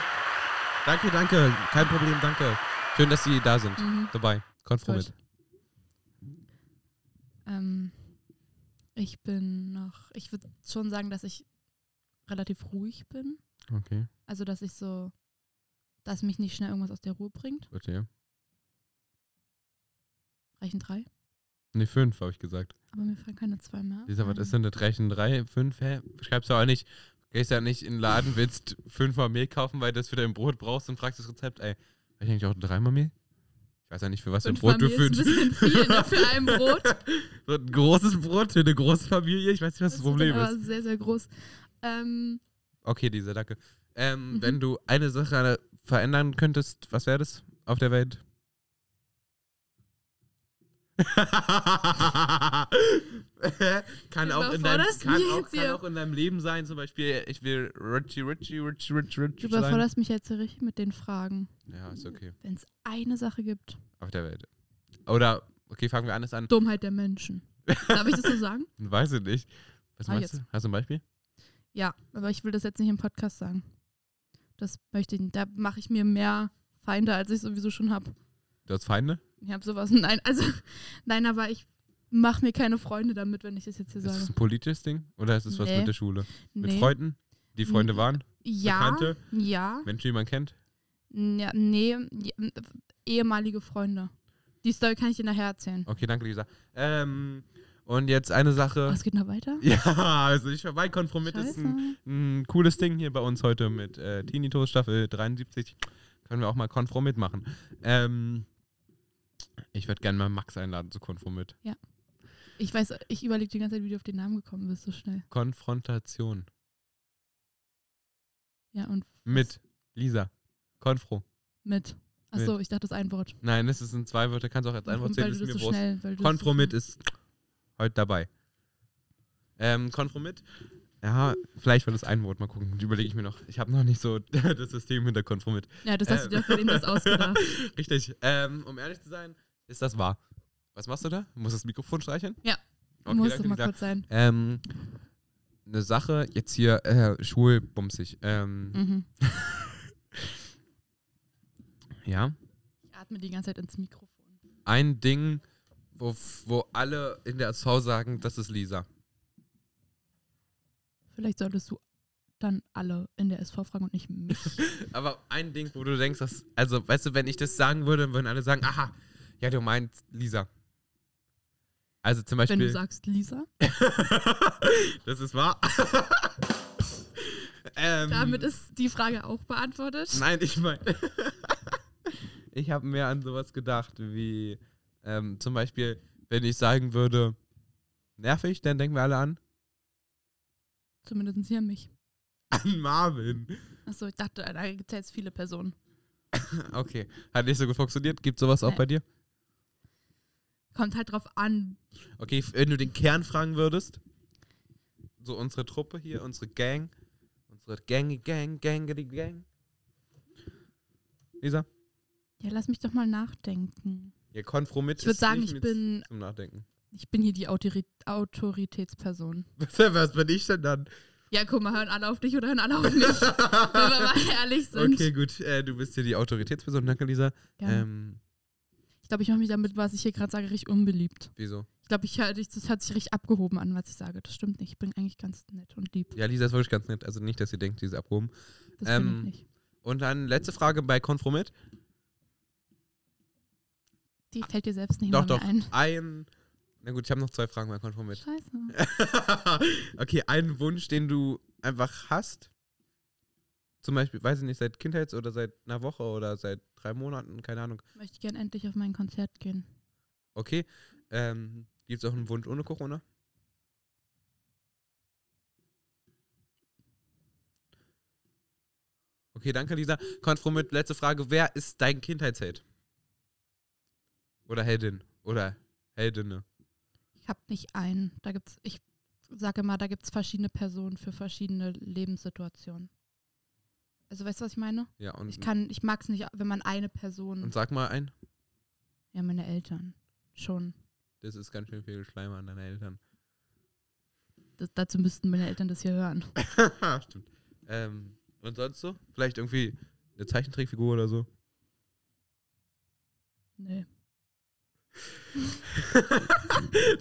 B: Danke, danke. Kein Problem, danke. Schön, dass Sie da sind.
A: Mhm.
B: Dabei. Konfirm
A: Gut.
B: mit.
A: Ähm, ich bin noch, ich würde schon sagen, dass ich relativ ruhig bin.
B: Okay,
A: Also, dass ich so, dass mich nicht schnell irgendwas aus der Ruhe bringt.
B: verstehe.
A: Reichen drei,
B: Ne, fünf, habe ich gesagt.
A: aber mir fallen keine zwei mehr.
B: Lisa, was
A: ein.
B: ist denn das Rechen? Drei, fünf, hä? Schreibst du auch nicht, gehst ja nicht in den Laden, willst fünfmal Mehl kaufen, weil du das für dein Brot brauchst und fragst das Rezept, ey, hab ich eigentlich auch dreimal Mehl? Ich weiß ja nicht, für was für ein
A: Fünfmal
B: Brot du
A: Mehl ist
B: fünf.
A: ein bisschen viel, ne, für ein Brot.
B: *laughs* so ein großes Brot für eine große Familie, ich weiß nicht, was das,
A: ist
B: Problem
A: dann
B: ist.
A: aber sehr, sehr groß. Ähm,
B: Okay, Lisa, danke. Ähm,
A: Mhm.
B: Wenn du eine Sache verändern könntest, was wäre das auf der Welt? *laughs* kann
A: Ich
B: auch, in deinem,
A: überforderst mich
B: kann, auch,
A: jetzt
B: kann
A: hier.
B: auch in deinem Leben sein, zum Beispiel, ich will Richie, Richie, Richie, Richie,
A: Du
B: Richie sein.
A: überforderst mich jetzt hier richtig mit den Fragen.
B: Ja, ist okay.
A: Wenn es eine Sache gibt,
B: Auf der Welt. Oder, okay, fangen wir anders an.
A: Dummheit der Menschen. Darf ich das
B: *laughs*
A: so sagen?
B: Weiß ich nicht. Was
A: Ah,
B: meinst
A: jetzt.
B: du? Hast du ein Beispiel?
A: Ja, aber ich will das jetzt nicht im Podcast sagen. Das möchte ich nicht. Da mache ich mir mehr Feinde, als ich sowieso schon habe.
B: Du hast Feinde?
A: Ich habe sowas. Nein, also, *laughs* nein, aber ich mache mir keine Freunde damit, wenn ich das jetzt hier
B: Ist
A: sage.
B: das ein politisches Ding? Oder ist es was
A: Nee.
B: mit der Schule? Mit
A: Nee.
B: Freunden? Die Freunde
A: Nee.
B: waren?
A: Ja,
B: Bekannte?
A: ja,
B: Menschen, die man kennt?
A: ja, nee, ja, m- ehemalige Freunde. Die Story kann ich dir nachher erzählen.
B: Okay, danke, Lisa. Ähm, und jetzt eine
A: Oh,
B: Sache.
A: es geht noch weiter?
B: *laughs* Ja, also ich vorbei. Kompromiss ist ein,
A: Scheiße.
B: ein cooles Ding hier bei uns heute mit äh, Tinnitus Staffel 73. Können wir auch mal Konfromit machen. Ähm, ich würde gerne mal Max einladen zu Konfromit.
A: Ich weiß, ich überlege die ganze Zeit, wie du auf den Namen gekommen bist, so schnell.
B: Konfrontation.
A: Ja, und
B: Mit Lisa. Konfro.
A: mit. Achso, ich dachte, das ist ein Wort.
B: Nein, das ist in zwei Wörter, kannst auch jetzt einfach
A: weil
B: zählen,
A: du
B: ist
A: das
B: mir
A: so
B: Wurst.
A: schnell. Weil du das so
B: Konfromit
A: schnell-
B: ist heute dabei. Ähm, Konfromit. Ja, vielleicht wird es ein Wort. Mal gucken. Überlege ich mir noch. Ich habe noch nicht so *laughs* das System hinter Konfromit.
A: Ja, das hast du dir
B: Ähm.
A: doch von
B: *laughs*
A: ihm das ausgedacht.
B: Richtig. Ähm, um ehrlich zu sein, ist das wahr. Was machst du da? Muss das Mikrofon streicheln?
A: Ja.
B: Okay,
A: Muss doch
B: danke,
A: mal
B: Lisa.
A: kurz sein.
B: Ähm, eine Sache jetzt hier, äh, schulbumsig. Ähm,
A: Mhm.
B: Ja.
A: Ich atme die ganze Zeit ins Mikrofon.
B: Ein Ding, wo, wo alle in der SV sagen, das ist Lisa.
A: Vielleicht solltest du dann alle in der SV fragen und
B: *laughs*
A: nicht mich.
B: Aber ein Ding, wo du denkst, dass, also, weißt du, wenn ich das sagen würde, dann würden alle sagen, aha, ja, du meinst Lisa. Also zum Beispiel.
A: Wenn du sagst Lisa.
B: *laughs* das ist wahr. *laughs* ähm,
A: Damit ist die Frage auch beantwortet.
B: Nein, ich meine. *laughs* ich habe mehr an sowas gedacht, wie ähm, zum Beispiel, wenn ich sagen würde, nervig, dann denken wir alle an.
A: Zumindest hier an mich.
B: An Marvin. *laughs*
A: Achso, ich dachte, da gibt es ja jetzt viele Personen.
B: Okay. Hat nicht so gut funktioniert. Gibt sowas auch
A: Nee.
B: bei dir?
A: Kommt halt drauf an.
B: Okay, wenn du den Kern fragen würdest. So unsere Truppe hier, unsere Gang. Unsere Gang, Gang, Gang, Gang, Gang. Lisa?
A: Ja, lass mich doch mal nachdenken.
B: Ihr Konfromit
A: Ich würde
B: ist
A: sagen,
B: nicht
A: ich
B: mit
A: bin,
B: Zum *laughs* Nachdenken.
A: ich bin hier die Autori Autoritätsperson.
B: Was bin ich denn
A: *laughs*
B: dann?
A: Ja, guck mal, hören alle auf dich oder hören alle
B: *laughs*
A: auf mich, wenn wir mal ehrlich sind.
B: Okay, gut. Äh, du bist hier die Autoritätsperson. Danke, Lisa.
A: Gerne.
B: Ähm,
A: Ich glaube, ich mache mich damit, was ich hier gerade sage, richtig unbeliebt.
B: wieso?
A: Ich glaube, ich, hör- das hört sich richtig abgehoben an, was ich sage. Das stimmt nicht. Ich bin eigentlich ganz nett und lieb.
B: Ja, Lisa ist wirklich ganz nett. Also nicht, dass ihr denkt, die ist abgehoben.
A: Das
B: Ähm,
A: bin ich nicht.
B: Und dann letzte Frage bei Konfromit.
A: Die fällt dir selbst nicht
B: Doch,
A: mal mehr
B: doch.
A: ein.
B: Ein. Na gut, ich habe noch zwei Fragen bei Konfromit. *laughs*
A: Scheiße.
B: okay, einen Wunsch, den du einfach hast. Zum Beispiel, weiß ich nicht, seit Kindheits- oder seit einer Woche oder seit drei Monaten, keine Ahnung.
A: Ich möchte gern endlich auf mein Konzert gehen.
B: Okay. Ähm, Gibt es auch einen Wunsch ohne Corona? Okay, danke, Lisa. Konfromit, letzte Frage. Wer ist dein Kindheitsheld? Oder Heldin? Oder Heldinne?
A: Ich habe nicht einen. Da gibt's, ich sage immer, da gibt es verschiedene Personen für verschiedene Lebenssituationen. Also weißt du, was ich meine?
B: Ja, und,
A: Ich kann, ich mag es nicht, wenn man eine Person.
B: Mhm. und sag mal ein.
A: Ja, meine Eltern. Schon.
B: Das ist ganz schön viel Schleim an deine Eltern.
A: Das, dazu müssten meine Eltern das hier hören.
B: *laughs* Stimmt. Ähm, und sonst so? Vielleicht irgendwie eine Zeichentrickfigur oder so?
A: Nee.
B: *laughs*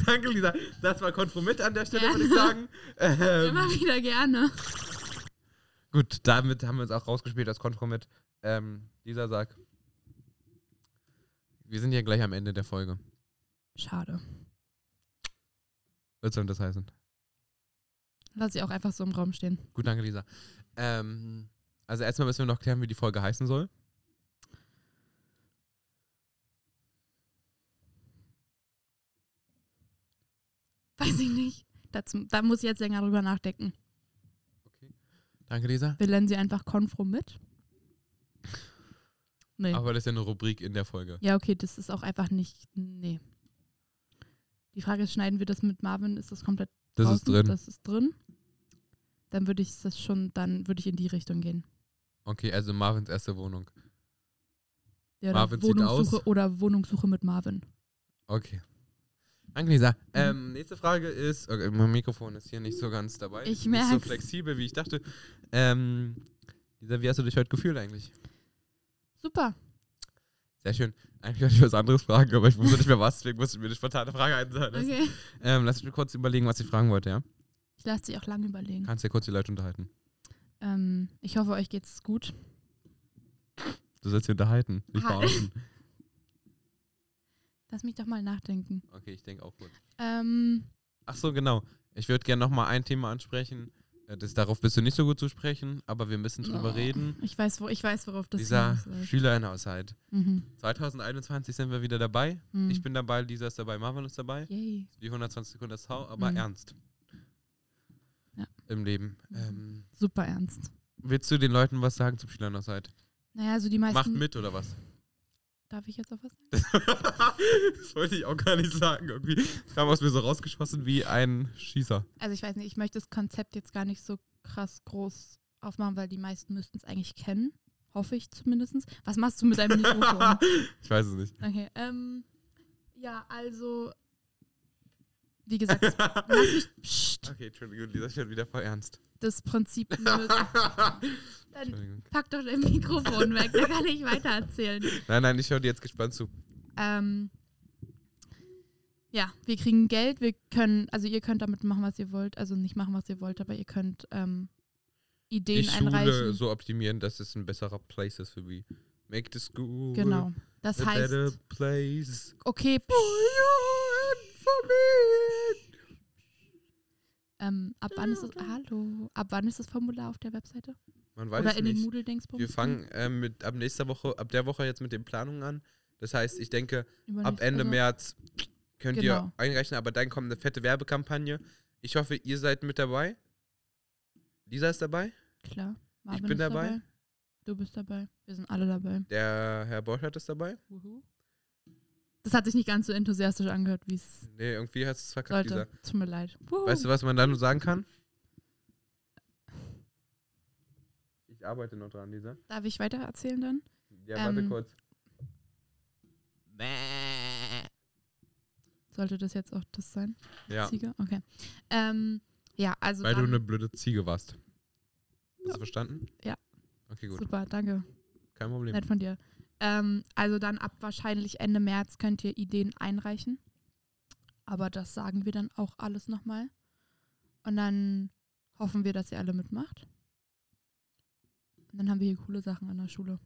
B: Danke, Lisa. Das war Konfromit an der Stelle,
A: Ja.
B: würde ich
A: *laughs*
B: sagen. Ähm,
A: Immer wieder gerne.
B: gut, damit haben wir uns auch rausgespielt, das Konfromit. Ähm, Lisa, sag. Wir sind ja gleich am Ende der Folge.
A: Schade.
B: Was soll das heißen?
A: Lass ich auch einfach so im Raum stehen. *laughs*
B: Gut, danke, Lisa. Ähm, also erstmal müssen wir noch klären, wie die Folge heißen soll.
A: Weiß ich nicht. Dazu, da muss ich jetzt länger drüber nachdenken.
B: Danke, Lisa.
A: Wir nennen sie einfach Konfro mit. Nee.
B: Aber das ist ja eine Rubrik in der Folge.
A: ja, okay, das ist auch einfach nicht. Nee. Die Frage ist, schneiden wir das mit Marvin? Ist das komplett
B: Das ist
A: draußen?
B: drin.
A: Das ist drin. Dann würde ich das schon, dann würde ich in die Richtung gehen.
B: Okay, also Marvins erste Wohnung.
A: Ja,
B: Marvin
A: oder
B: zieht
A: Wohnungssuche
B: aus.
A: oder Wohnungssuche mit Marvin.
B: Okay. Danke,
A: Mhm.
B: Lisa. Ähm, nächste Frage ist, okay, mein Mikrofon ist hier nicht so ganz dabei. Nicht
A: Ich
B: so
A: merk's.
B: flexibel, wie ich dachte. Ähm, Lisa, wie hast du dich heute gefühlt eigentlich?
A: Super.
B: Sehr schön. Eigentlich wollte ich was anderes fragen, aber ich wusste nicht mehr was, deswegen musste ich mir eine spontane Frage einfallen lassen.
A: Okay.
B: Ähm, lass mich mir kurz überlegen, was ich fragen wollte, ja?
A: Ich lasse dich auch lange überlegen.
B: Kannst dir kurz die Leute unterhalten.
A: Ähm, ich hoffe, euch geht's gut.
B: Du sollst sie unterhalten, nicht
A: Hi.
B: verarschen.
A: Lass mich doch mal nachdenken.
B: Okay, ich denke auch gut.
A: Ähm,
B: Ach so, genau. Ich würde gerne nochmal ein Thema ansprechen. Äh, Das, darauf bist du nicht so gut zu sprechen, aber wir müssen drüber
A: oh,
B: reden.
A: Ich weiß, wo, ich weiß, worauf das
B: Lisa,
A: hinausläuft.
B: Schülerinhaushalt.
A: Mhm.
B: 2021 sind wir wieder dabei.
A: Mhm.
B: Ich bin dabei, Lisa ist dabei, Marvin ist dabei.
A: Yay.
B: Die 120 Sekunden ist hau, aber
A: Mhm.
B: ernst.
A: Ja.
B: Im Leben.
A: Mhm.
B: Ähm,
A: Super ernst.
B: willst du den Leuten was sagen zum Schülerinhaushalt?
A: Naja, also die meisten.
B: Macht mit oder was? *laughs*
A: Darf ich jetzt auch was sagen?
B: das wollte ich auch gar nicht sagen. Irgendwie kam aus mir so rausgeschossen wie ein Schießer.
A: Also ich weiß nicht, ich möchte das Konzept jetzt gar nicht so krass groß aufmachen, weil die meisten müssten es eigentlich kennen. Hoffe ich zumindest. Was machst du mit deinem
B: *laughs*
A: Mikrofon?
B: Ich weiß es nicht.
A: Okay, ähm, ja, also, wie gesagt, das- lass
B: *laughs*
A: mich, pst,
B: Okay, Entschuldigung, Lisa, ich werde wieder voll
A: *laughs*
B: ernst.
A: das Prinzip, nur- dann
B: Entschuldigung.
A: pack doch dein Mikrofon weg, da kann ich weiter erzählen.
B: Nein, nein, ich höre dir jetzt gespannt zu.
A: Ähm, ja, wir kriegen Geld, wir können, also ihr könnt damit machen, was ihr wollt, also nicht machen, was ihr wollt, aber ihr könnt ähm, Ideen
B: Die Schule
A: einreichen.
B: so optimieren, dass es ein besserer Place ist für mich. Make the school
A: genau. Das
B: a better
A: heißt,
B: place.
A: okay, psch,
B: For you and for me.
A: ähm, ab wann ist es, hallo, ab wann ist das Formular auf der Webseite?
B: Man
A: Oder
B: weiß
A: in den
B: nicht.
A: Moodle-Dingsbums?
B: Wir fangen ähm, mit, ab nächster Woche, ab der Woche jetzt mit den Planungen an. Das heißt, ich denke, ab
A: Übernächst-
B: Ende
A: also,
B: März könnt ihr
A: Genau.
B: einreichen, aber dann kommt eine fette Werbekampagne. Ich hoffe, ihr seid mit dabei. Lisa ist dabei,
A: Klar. Marvin
B: bin
A: ist
B: dabei.
A: Du bist dabei. Wir sind alle dabei.
B: der Herr Borchert ist dabei.
A: Das hat sich nicht ganz so enthusiastisch angehört, wie es
B: Nee, irgendwie hast du es verkackt,
A: sollte.
B: Lisa.
A: Tut mir leid.
B: Weißt du, was man da nur sagen
A: *laughs*
B: kann? Ich arbeite noch dran, Lisa.
A: Darf ich weiter erzählen dann?
B: Ja, warte
A: Ähm,
B: kurz.
A: Sollte das jetzt auch das sein?
B: Ja,
A: Ziege? Okay. Ähm, ja, also.
B: weil du
A: dann-
B: eine blöde Ziege warst. Hast du verstanden?
A: Ja.
B: Okay, gut.
A: Super, danke.
B: Kein Problem.
A: Nett von dir. Ähm, also dann ab wahrscheinlich Ende März könnt ihr Ideen einreichen. Aber das sagen wir dann auch alles nochmal. Und dann hoffen wir, dass ihr alle mitmacht. Und dann haben wir hier coole Sachen an der Schule.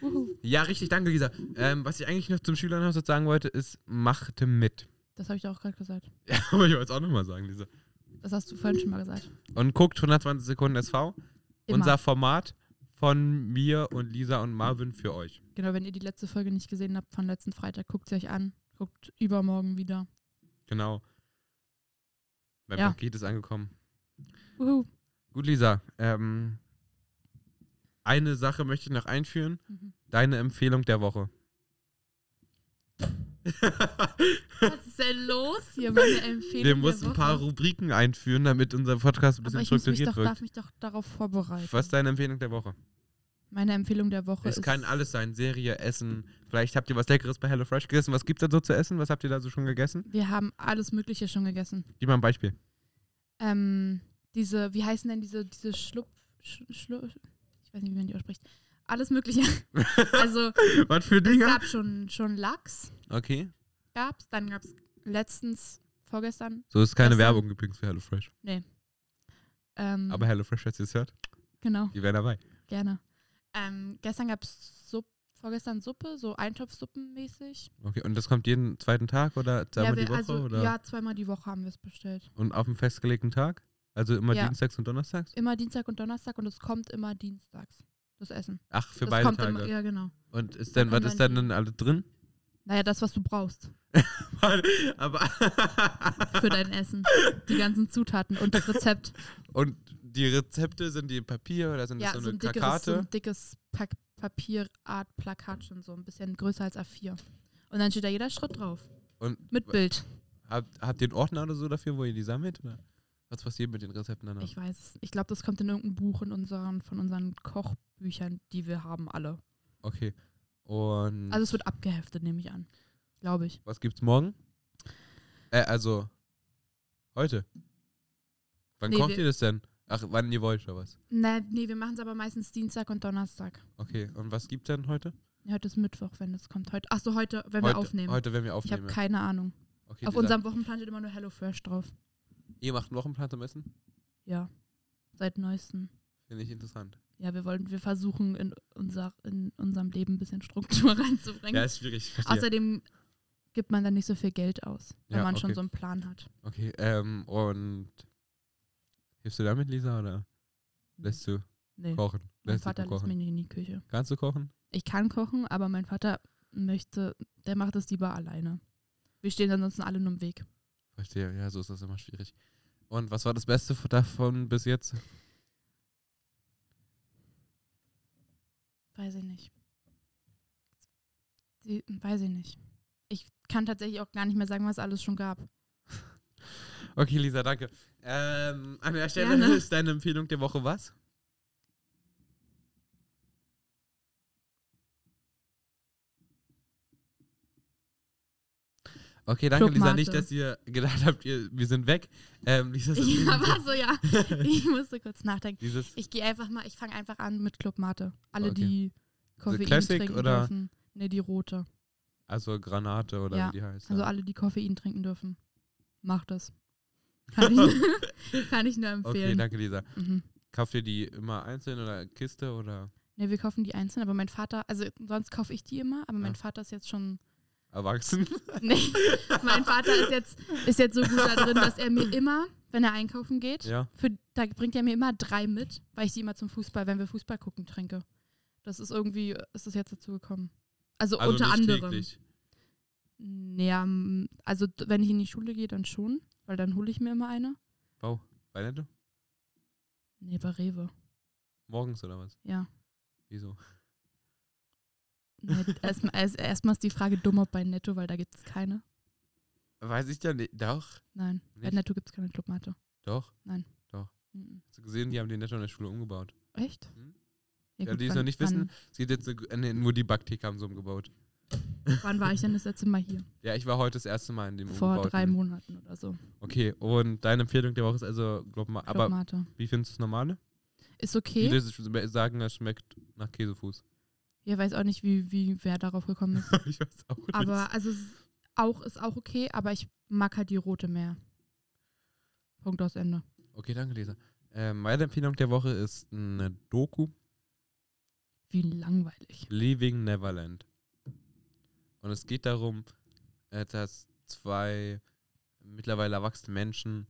A: Wuhu.
B: Ja, richtig, danke, Lisa. Ähm, was ich eigentlich noch zum Schülerhaus jetzt sagen wollte, ist, machte mit. *laughs*
A: Das habe ich doch auch gerade gesagt.
B: Ja, aber ich wollte es auch nochmal sagen, Lisa.
A: Das hast du vorhin schon mal gesagt.
B: Und guckt 120 Sekunden SV,
A: Immer.
B: unser Format von mir und Lisa und Marvin für euch.
A: genau, wenn ihr die letzte Folge nicht gesehen habt von letzten Freitag, guckt sie euch an. Guckt übermorgen wieder.
B: Genau. Mein
A: Ja.
B: Paket ist angekommen.
A: Wuhu.
B: Gut, Lisa. Ähm, eine Sache möchte ich noch einführen.
A: Mhm.
B: Deine Empfehlung der
A: *laughs*
B: Woche.
A: Was ist denn los hier? Meine Empfehlung.
B: Wir
A: der
B: mussten ein
A: Woche.
B: paar Rubriken einführen, damit unser Podcast ein
A: Aber
B: bisschen
A: ich muss mich
B: strukturiert
A: doch,
B: wird.
A: darf mich doch darauf vorbereiten.
B: Was ist deine Empfehlung der Woche?
A: Meine Empfehlung der Woche
B: Es
A: ist.
B: kann alles sein, Serie, Essen. Vielleicht habt ihr was Leckeres bei HelloFresh gegessen. Was gibt's da so zu essen? Was habt ihr da so schon gegessen?
A: Wir haben alles Mögliche schon gegessen.
B: Gib mal ein
A: *laughs*
B: Beispiel.
A: Ähm, diese, wie heißen denn diese, diese Schlupf. Sch, Schlu- ich weiß nicht, wie man die ausspricht.
B: *laughs*
A: Alles Mögliche. also,
B: was für
A: es
B: Dinger?
A: gab schon, schon Lachs,
B: Okay.
A: gab's, dann gab es letztens, vorgestern,
B: So ist keine
A: Das-
B: Werbung übrigens für HelloFresh.
A: ähm,
B: Aber HelloFresh, falls ihr es hört,
A: genau,
B: die wären dabei.
A: gerne. Ähm, gestern gab es Supp, vorgestern Suppe, so Eintopfsuppenmäßig.
B: Okay, und das kommt jeden zweiten Tag oder zweimal die
A: wir-
B: Woche?
A: also,
B: oder?
A: ja, zweimal die Woche haben wir es bestellt.
B: Und auf dem festgelegten Tag? Also immer
A: Ja.
B: dienstags und donnerstags?
A: Immer Dienstag und Donnerstag und es kommt immer dienstags, das Essen.
B: Ach, für
A: das
B: beide
A: kommt
B: Tage.
A: Immer, ja, genau.
B: Und ist
A: Da
B: dann, was
A: kommt
B: ist
A: dann
B: dann denn alles
A: *laughs*
B: drin?
A: Naja, das, was du brauchst
B: *laughs* Aber *laughs*
A: für dein Essen. Die ganzen Zutaten und das Rezept.
B: und die Rezepte sind die in Papier oder sind
A: ja,
B: das so
A: so
B: eine
A: ein dickeres, so
B: Plakate?
A: ein dickes pa Papierart Plakat schon so, ein bisschen größer als A4. Und dann steht da jeder Schritt drauf.
B: Und
A: Mit Bild.
B: Habt, habt ihr einen Ordner oder so dafür, wo ihr die sammelt? Oder was passiert mit den Rezepten danach?
A: Ich weiß, es- ich glaube, das kommt in irgendein Buch in unseren, von unseren Kochbüchern, die wir haben, alle.
B: Okay. Und
A: Also es wird abgeheftet, nehme ich an. Glaube ich.
B: was gibt's morgen? Äh, also heute. Wann
A: Nee,
B: kocht
A: wir-
B: ihr das denn? Ach, wann ihr wollt oder was?
A: Na, nee, wir machen es aber meistens Dienstag und Donnerstag.
B: Okay, und was gibt's denn heute?
A: Ja, Heute ist Mittwoch, wenn das kommt. Heute. Achso, heute, wenn wir
B: heute,
A: aufnehmen.
B: Heute, wenn wir
A: ich habe
B: aufnehmen. ja.
A: keine Ahnung.
B: okay,
A: Auf
B: dieser-
A: unserem Wochenplan steht immer nur HelloFresh drauf.
B: Ihr macht einen Wochenplan am Essen?
A: Ja. Seit neuestem.
B: Finde ich interessant.
A: Ja, wir wollen, wir versuchen in, unser, in unserem Leben ein bisschen Struktur *laughs* reinzubringen.
D: ist schwierig. ich verstehe.
A: Außerdem gibt man dann nicht so viel Geld aus, wenn
B: Ja,
A: man schon
B: okay.
A: so einen Plan hat.
B: Okay, ähm, und hilfst du damit, Lisa, oder lässt du
A: Nee,
B: kochen?
A: mein
B: Lässt dich
A: Vater
B: nur
A: lässt
B: kochen.
A: mich nicht in die Küche.
B: Kannst du kochen?
A: Ich kann kochen, aber mein Vater möchte, der macht es lieber alleine. Wir stehen ansonsten alle nur im Weg.
B: Verstehe, ja, so ist das immer schwierig. Und was war das Beste von- davon bis jetzt? *laughs*
A: Weiß ich nicht. Die, weiß ich nicht. Ich kann tatsächlich auch gar nicht mehr sagen, was es alles schon gab.
B: Okay, Lisa, danke. Ähm, an der Stelle
A: Gerne.
B: ist deine Empfehlung der Woche was? Okay, danke,
A: Club
B: Lisa. Nicht,
A: Mate.
B: dass ihr gedacht habt, ihr, wir sind weg. Ähm, Lisa,
A: *laughs*
B: ist
A: Ich war so, ja. Ich musste kurz nachdenken.
B: *laughs* Dieses
A: Ich gehe einfach mal, ich fange einfach an mit Club Mate. Alle,
B: Okay.
A: die Koffein
B: Classic
A: trinken
B: oder-
A: dürfen. Ne, die rote.
B: Also Granate oder
A: Ja,
B: wie die heißt.
A: Also
B: ja.
A: alle, die Koffein trinken dürfen.
B: *laughs*
A: Macht das. Kann ich, *laughs* kann ich nur
B: okay,
A: empfehlen.
B: danke Lisa.
A: mhm.
B: Kauft ihr die immer einzeln oder Kiste oder
A: Ne, wir kaufen die einzeln, aber mein Vater, also sonst kaufe ich die immer, aber mein
B: Ja.
A: Vater ist jetzt
B: *laughs*
A: schon.
B: erwachsen?
A: Nee, *laughs* mein Vater
B: *laughs*
A: ist jetzt, ist jetzt so gut da drin, dass er mir immer, wenn er einkaufen geht,
B: ja.
A: für, da bringt er mir immer drei mit, weil ich die immer zum Fußball, wenn wir Fußball gucken, trinke. Das ist irgendwie, ist es jetzt dazu gekommen. Also,
B: Also
A: unter
B: nicht
A: anderem.
B: täglich.
A: Naja, m, also d- wenn ich in die Schule gehe, dann schon, weil dann hole ich mir immer eine.
B: Wow. Bei Netto?
A: Nee, bei Rewe.
B: Morgens oder was?
A: Ja.
B: Wieso?
A: Nee,
B: *laughs*
A: Erstmal erst, erstmal ist die Frage dumm, ob bei Netto, weil da gibt es keine.
B: Weiß ich ja nicht. Doch.
A: Nein, bei
B: Nicht?
A: Netto gibt es keine Clubmate.
B: Doch.
A: Mhm.
B: Hast du gesehen, die haben den Netto in der Schule umgebaut.
A: Echt?
B: Hm?
A: Ja,
B: Ja,
A: gut,
B: die es
A: wann-
B: noch nicht
A: wann-
B: wissen, es gibt jetzt eine- eine, nur die Backtheke haben sie umgebaut.
A: Wann war ich denn das letzte Mal hier?
B: Ja, ich war heute das erste Mal in dem
A: Vor
B: umgebauten.
A: drei Monaten oder so.
B: Okay, und deine Empfehlung der Woche ist also, glaub mal, aber
A: Clubmate.
B: wie findest du das normale?
A: Ist okay.
B: Viele sch- sagen, es schmeckt nach Käsefuß. *laughs*
A: Ja, weiß auch nicht, wie, wie wer darauf gekommen ist.
B: ich weiß auch nicht.
A: aber also es ist auch ist auch okay, aber ich mag halt die rote mehr. Punkt aus Ende.
B: Okay, danke, Lisa. Ähm, meine Empfehlung der Woche ist eine Doku,
A: Wie langweilig.
B: Leaving Neverland. Und es geht darum, äh, dass zwei mittlerweile erwachsene Menschen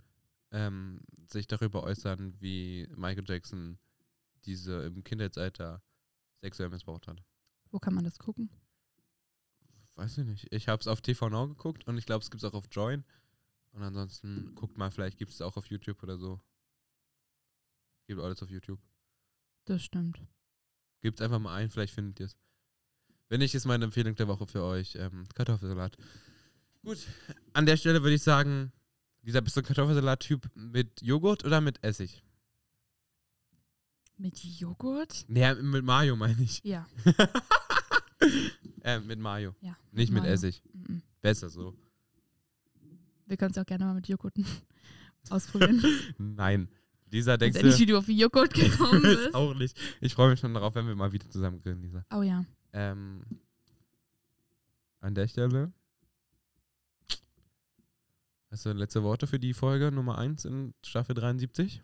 B: ähm, sich darüber äußern, wie Michael Jackson diese im Kindheitsalter sexuell missbraucht hat.
A: Wo kann man das gucken?
B: Weiß ich nicht. Ich habe es auf TV Now geguckt und ich glaube, es gibt es auch auf Join. Und ansonsten guckt mal, vielleicht gibt es auch auf YouTube oder so. Gibt alles auf YouTube.
A: Das stimmt.
B: Gebt einfach mal ein, vielleicht findet ihr es. Wenn nicht, ist meine Empfehlung der Woche für euch ähm, Kartoffelsalat. Gut, an der Stelle würde ich sagen, dieser bist du ein Kartoffelsalat-Typ mit Joghurt oder mit Essig?
A: Mit Joghurt?
B: Naja, mit Mayo meine
A: *laughs*
B: ich.
A: Ja.
B: ähm, mit Mayo,
A: ja.
B: nicht mit
A: Mayo.
B: Essig.
A: Mhm.
B: Besser
A: *laughs*
B: so.
A: Wir können es auch gerne mal mit Joghurt *laughs* ausprobieren.
B: Nein. Lisa,
A: Denkst
B: *laughs* denkst
A: du nicht, wie
B: du?
A: du auf Joghurt
B: *laughs*
A: gekommen
B: Ist
A: bist?
B: auch nicht. Ich freue mich schon darauf, wenn wir mal wieder zusammen grillen, Lisa.
A: Oh ja.
B: Ähm, an der Stelle. Hast du letzte Worte für die Folge Nummer 1 in Staffel 73?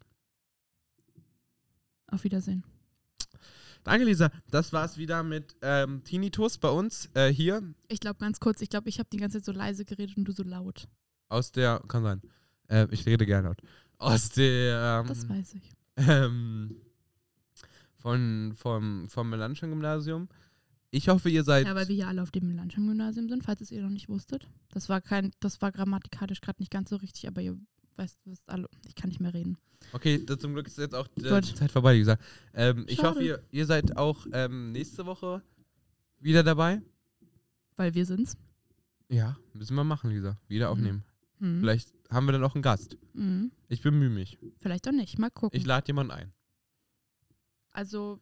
A: Auf Wiedersehen.
B: Danke, Lisa. Das war's wieder mit ähm, Tinnitus bei uns äh, hier
A: Ich glaube ganz kurz, ich glaube, ich habe die ganze Zeit so leise geredet und du so laut.
B: aus der. Kann sein. Äh, ich rede gerne laut. Aus der. Ähm,
A: Das weiß ich.
B: ähm, von, vom, vom Melanchthon-Gymnasium. Ich hoffe, ihr seid.
A: Ja, weil wir hier alle auf dem Melanchthon-Gymnasium sind, falls es ihr noch nicht wusstet. Das war kein, das war grammatikalisch gerade nicht ganz so richtig, aber ihr weißt, wisst alle, ich kann nicht mehr reden.
B: Okay, da- zum Glück ist jetzt auch die
A: Gut.
B: die Zeit vorbei, wie gesagt. Ähm, ich
A: Schade.
B: hoffe, ihr, ihr seid auch ähm, nächste Woche wieder dabei.
A: Weil wir sind's.
B: Ja, müssen wir machen, Lisa. Wieder
A: Mhm.
B: aufnehmen.
A: Hm.
B: Vielleicht haben wir dann auch einen Gast.
A: Hm.
B: Ich bemühe mich.
A: Vielleicht auch nicht. Mal gucken.
B: Ich lade jemanden ein.
A: also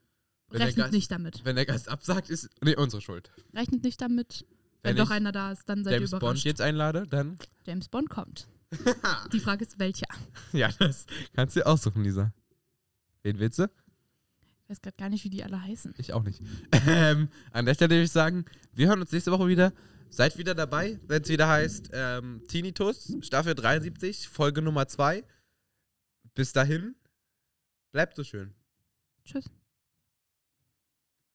B: Wenn der
A: rechnet
B: Gast-
A: nicht damit.
B: Wenn der Gast absagt, ist nee, unsere Schuld.
A: Rechnet nicht damit. Wenn,
B: Wenn
A: doch
B: ich
A: einer da ist, dann seid
B: James
A: ihr
B: Bond
A: überrascht.
B: jetzt einlade,
A: *laughs*
B: dann. *laughs*
A: James Bond kommt. Die Frage ist, welcher?
B: ja, das kannst du dir aussuchen, Lisa. Wen willst du?
A: Ich weiß gerade gar nicht, wie die alle heißen.
B: Ich auch nicht. *laughs* Ähm, an der Stelle würde ich sagen, wir hören uns nächste Woche wieder. Seid wieder dabei, wenn es wieder heißt ähm, Tinnitus, Staffel 73, Folge Nummer 2. Bis dahin, bleibt so schön.
A: Tschüss.